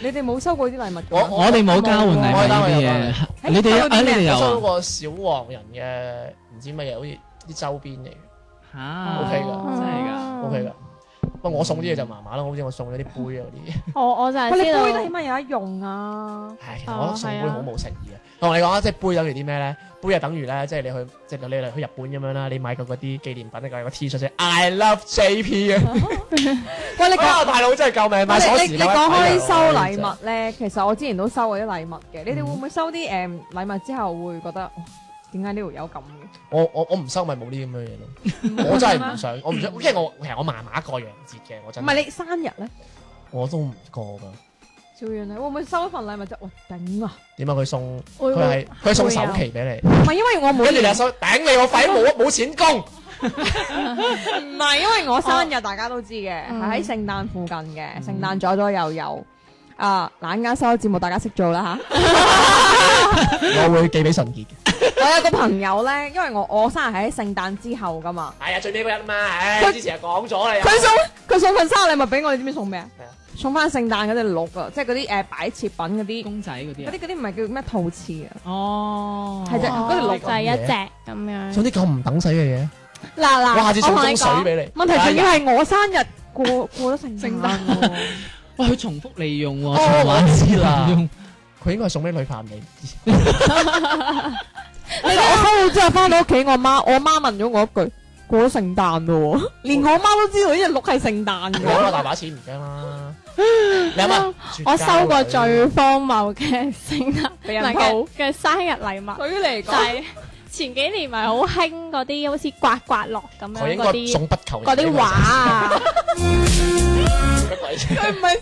你哋冇收過啲禮物㗎？
我
我哋冇交換禮
我哋單
物
位有
呢啲嘢，
單位
你哋有
有單
啊
位
你哋
我收
有
過小黃人嘅唔知乜嘢，好似啲周邊嚟嘅
啊啊
，OK 㗎
真係㗎，
，OK 㗎。不過我送啲嘢就麻麻啦，好似我送咗啲杯啊嗰啲。
我我就
喂
係知
你杯都起
道。
碼有得用啊！
唉，其實
哦
我覺得送杯
係啊
好冇誠意嘅。我同你講啊，即係杯等於啲咩咧？杯係等於咧，即係你去即係你嚟去日本咁樣啦，你買個嗰啲紀念品，你個 T 恤寫 I love JP 嘅。
喂你講。
啊，大佬真係救命！買鎖匙
你你你講開收禮
物，
物咧，其實我之前都收過啲禮物嘅。你哋會唔會收啲誒禮物之後會覺得哇點解呢條友咁嘅？
我我我唔收咪冇呢啲咁嘅嘢咯。我真係唔想，我唔想，因為我其實我麻麻過洋節嘅，我真
唔
係。
係你生日咧？
我都唔過噶。
趙遠你會唔會收一份禮物啫？哇頂啊！
點解佢送
會
佢係
會
佢送
會
首
啊
期俾你，
唔係因為我每
跟住你
年
又收頂你個肺，冇冇錢供。
[laughs] 唔係因為我生日，大家都知嘅，
嗯
係喺聖誕附近嘅，聖誕左左右右。啊！嗱，啱收咗節目，大家識做 [laughs] 啦吓。
我會寄俾純潔嘅。
我有個朋友咧，因為我我生日係喺聖誕之後噶嘛，
係啊，最尾嗰日啊嘛，唉，
佢
之前係講咗啦。
佢送佢送份生日禮物俾我，你知唔知送咩啊
係啊？
送翻聖誕嗰只鹿啊，即係嗰啲誒擺設品嗰啲，
公仔嗰啲
嗰
啊
啲，嗰啲唔係叫咩陶瓷啊，
哦，
係隻
哦
嗰條鹿
就係一隻咁樣。
送啲咁唔等使嘅嘢，
嗱嗱，
我下次送
我同
中
你
水
講
俾你。
問題仲要係我生日 [laughs] 過過咗聖聖誕喎，
哇，佢重複利用喎，
哦
循環
我知啦
利用
佢應該係送俾女朋友你。
你知我收到之後翻到屋企，我媽我媽問咗我一句：過咗聖誕咯喎， [laughs] 連我媽都知道呢只鹿係聖誕
你攞
[laughs] 嘅。
咗大把錢唔驚啦。你諗下，
我
絕交
收過
女
最荒謬嘅聖誕
俾人
唔係
抱
嘅嘅生日禮物，
對於你嚟
就係前幾年咪好興嗰啲好似刮刮樂咁
佢
樣
應
嗰
該
啲
送不求人
嗰啲畫啊，
俾佢啫，
佢唔係屎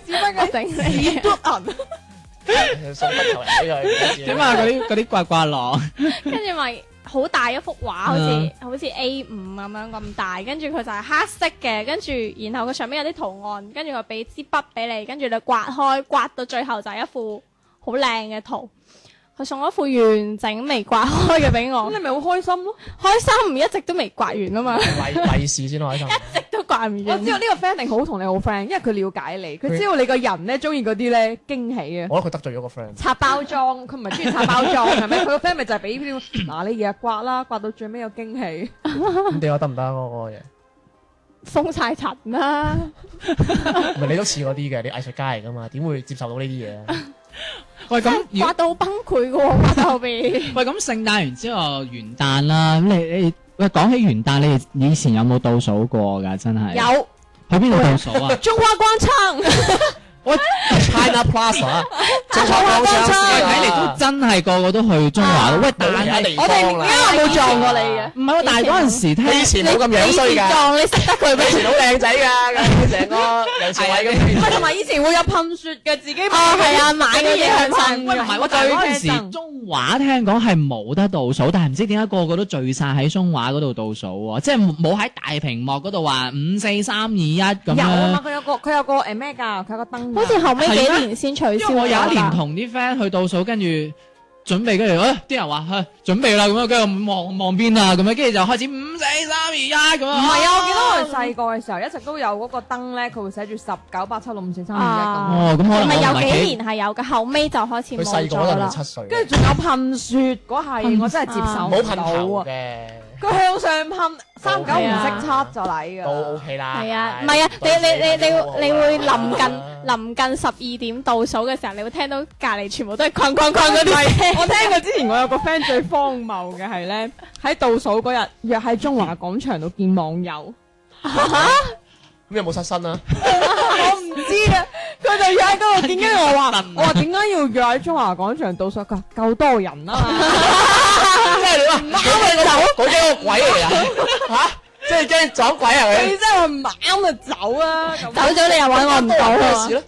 忽
我
嘅
整你
嘟銀，
送不求人俾佢。 [laughs]
點啊？嗰啲嗰啲刮刮樂，
跟住咪好大一幅畫，好似好似 A 五咁樣咁大，跟住佢就係黑色嘅，跟住然後佢上面有啲圖案，跟住佢俾支筆俾你，跟住你刮開，刮到最後就係一幅好靚嘅圖。佢送咗副完整未刮開嘅俾我
咁，你咪好開心咯。
開心一直都未刮完啊嘛，一
利利是先開心。
直都刮唔
[laughs] 我
完
知。 [laughs] 道呢個 friend 一定好同你好 friend，因為佢了解你，佢知道你個人咧中意嗰啲咧驚喜嘅。
我覺得佢得罪咗個 friend。
拆包裝，佢唔係中意拆包裝係 [laughs] 咪？佢個 friend 咪就係俾呢啲嗱你日日刮啦，刮到最尾有驚喜。
咁你話得唔得啊嗰個嘢？
封晒塵啦，
唔係你都似嗰啲嘅，你藝術家嚟噶嘛，點會接受到呢啲嘢啊？
喂咁如
刮到崩潰嘅喎，刮到後邊。
喂咁聖誕完之後元旦啦，咁你你喂講起元旦，你哋以前有冇倒數過㗎？真係
有
去邊度倒數啊？
中華廣場，
喂 China Plaza，中華廣
中
喂，
華廣
睇嚟都真係個個都去中華咯。喂，但
冇其他
係
地
[laughs] 我哋
方啦。
啱冇撞過你嘅。
唔係喎？但係嗰陣時聽
以前冇咁樣衰
[laughs]
㗎。
撞你識得佢
佢以前好靚仔㗎，咁成個有錢位咁。
[laughs] 喂，同埋以前會有噴雪嘅， [laughs] 自己
哦係啊買嗰啲
嘢
向上
喂，唔係喎，但
啊
係嗰陣時中華聽講係冇得倒數，但係唔知點解個個都聚晒喺中華嗰度倒數喎，即係冇喺大屏幕嗰度話五四三二一咁
有啊嘛，
樣。
佢有個佢有個誒咩㗎，佢有個燈㗎。
好似後尾幾年先取
因
消。
為我有一年同啲 friend 去倒數，跟住準備，跟住誒啲人話去準備啦，咁樣跟住望望邊啊，咁樣跟住就開始五四三二一咁樣。
唔係啊，我記得我哋細個嘅時候一直都有嗰個燈咧，佢會寫住十九八七六五四三二一咁，
哦，咁可能
咪
我唔
有
係
幾年係有嘅，後尾就開始
佢細
冇
個嗰
咗
陣
啦
係。七歲，
跟住仲有噴雪嗰係，我真係接受
唔
唔
好嗯噴頭
到啊！
嘅，啊
佢向上噴三九唔識七就嚟
都
㗎，
OK 啦。
係啊，唔係啊，你你你你
啊
你你會臨近臨近十二點倒數嘅時候，你會聽到隔離全部都係哐哐哐
[laughs]
嗰啲聲。
我聽過之前我有個 friend 最荒謬嘅係咧，喺倒數嗰日約喺中華廣場度見網友，
咁有冇失
[laughs]
身啊？
我唔知啊，佢就約喺嗰度見，跟住我
[laughs]
話我話點解要約喺中華廣場倒數？佢話夠多人啦、嘛。
即係你話唔啱你走，嗰啲鬼
[laughs]
嚟啊！嚇，即係驚撞鬼啊
佢
佢。
真係唔啱就走啊！咁
走咗你又揾我唔到
咩
啊
事！咧？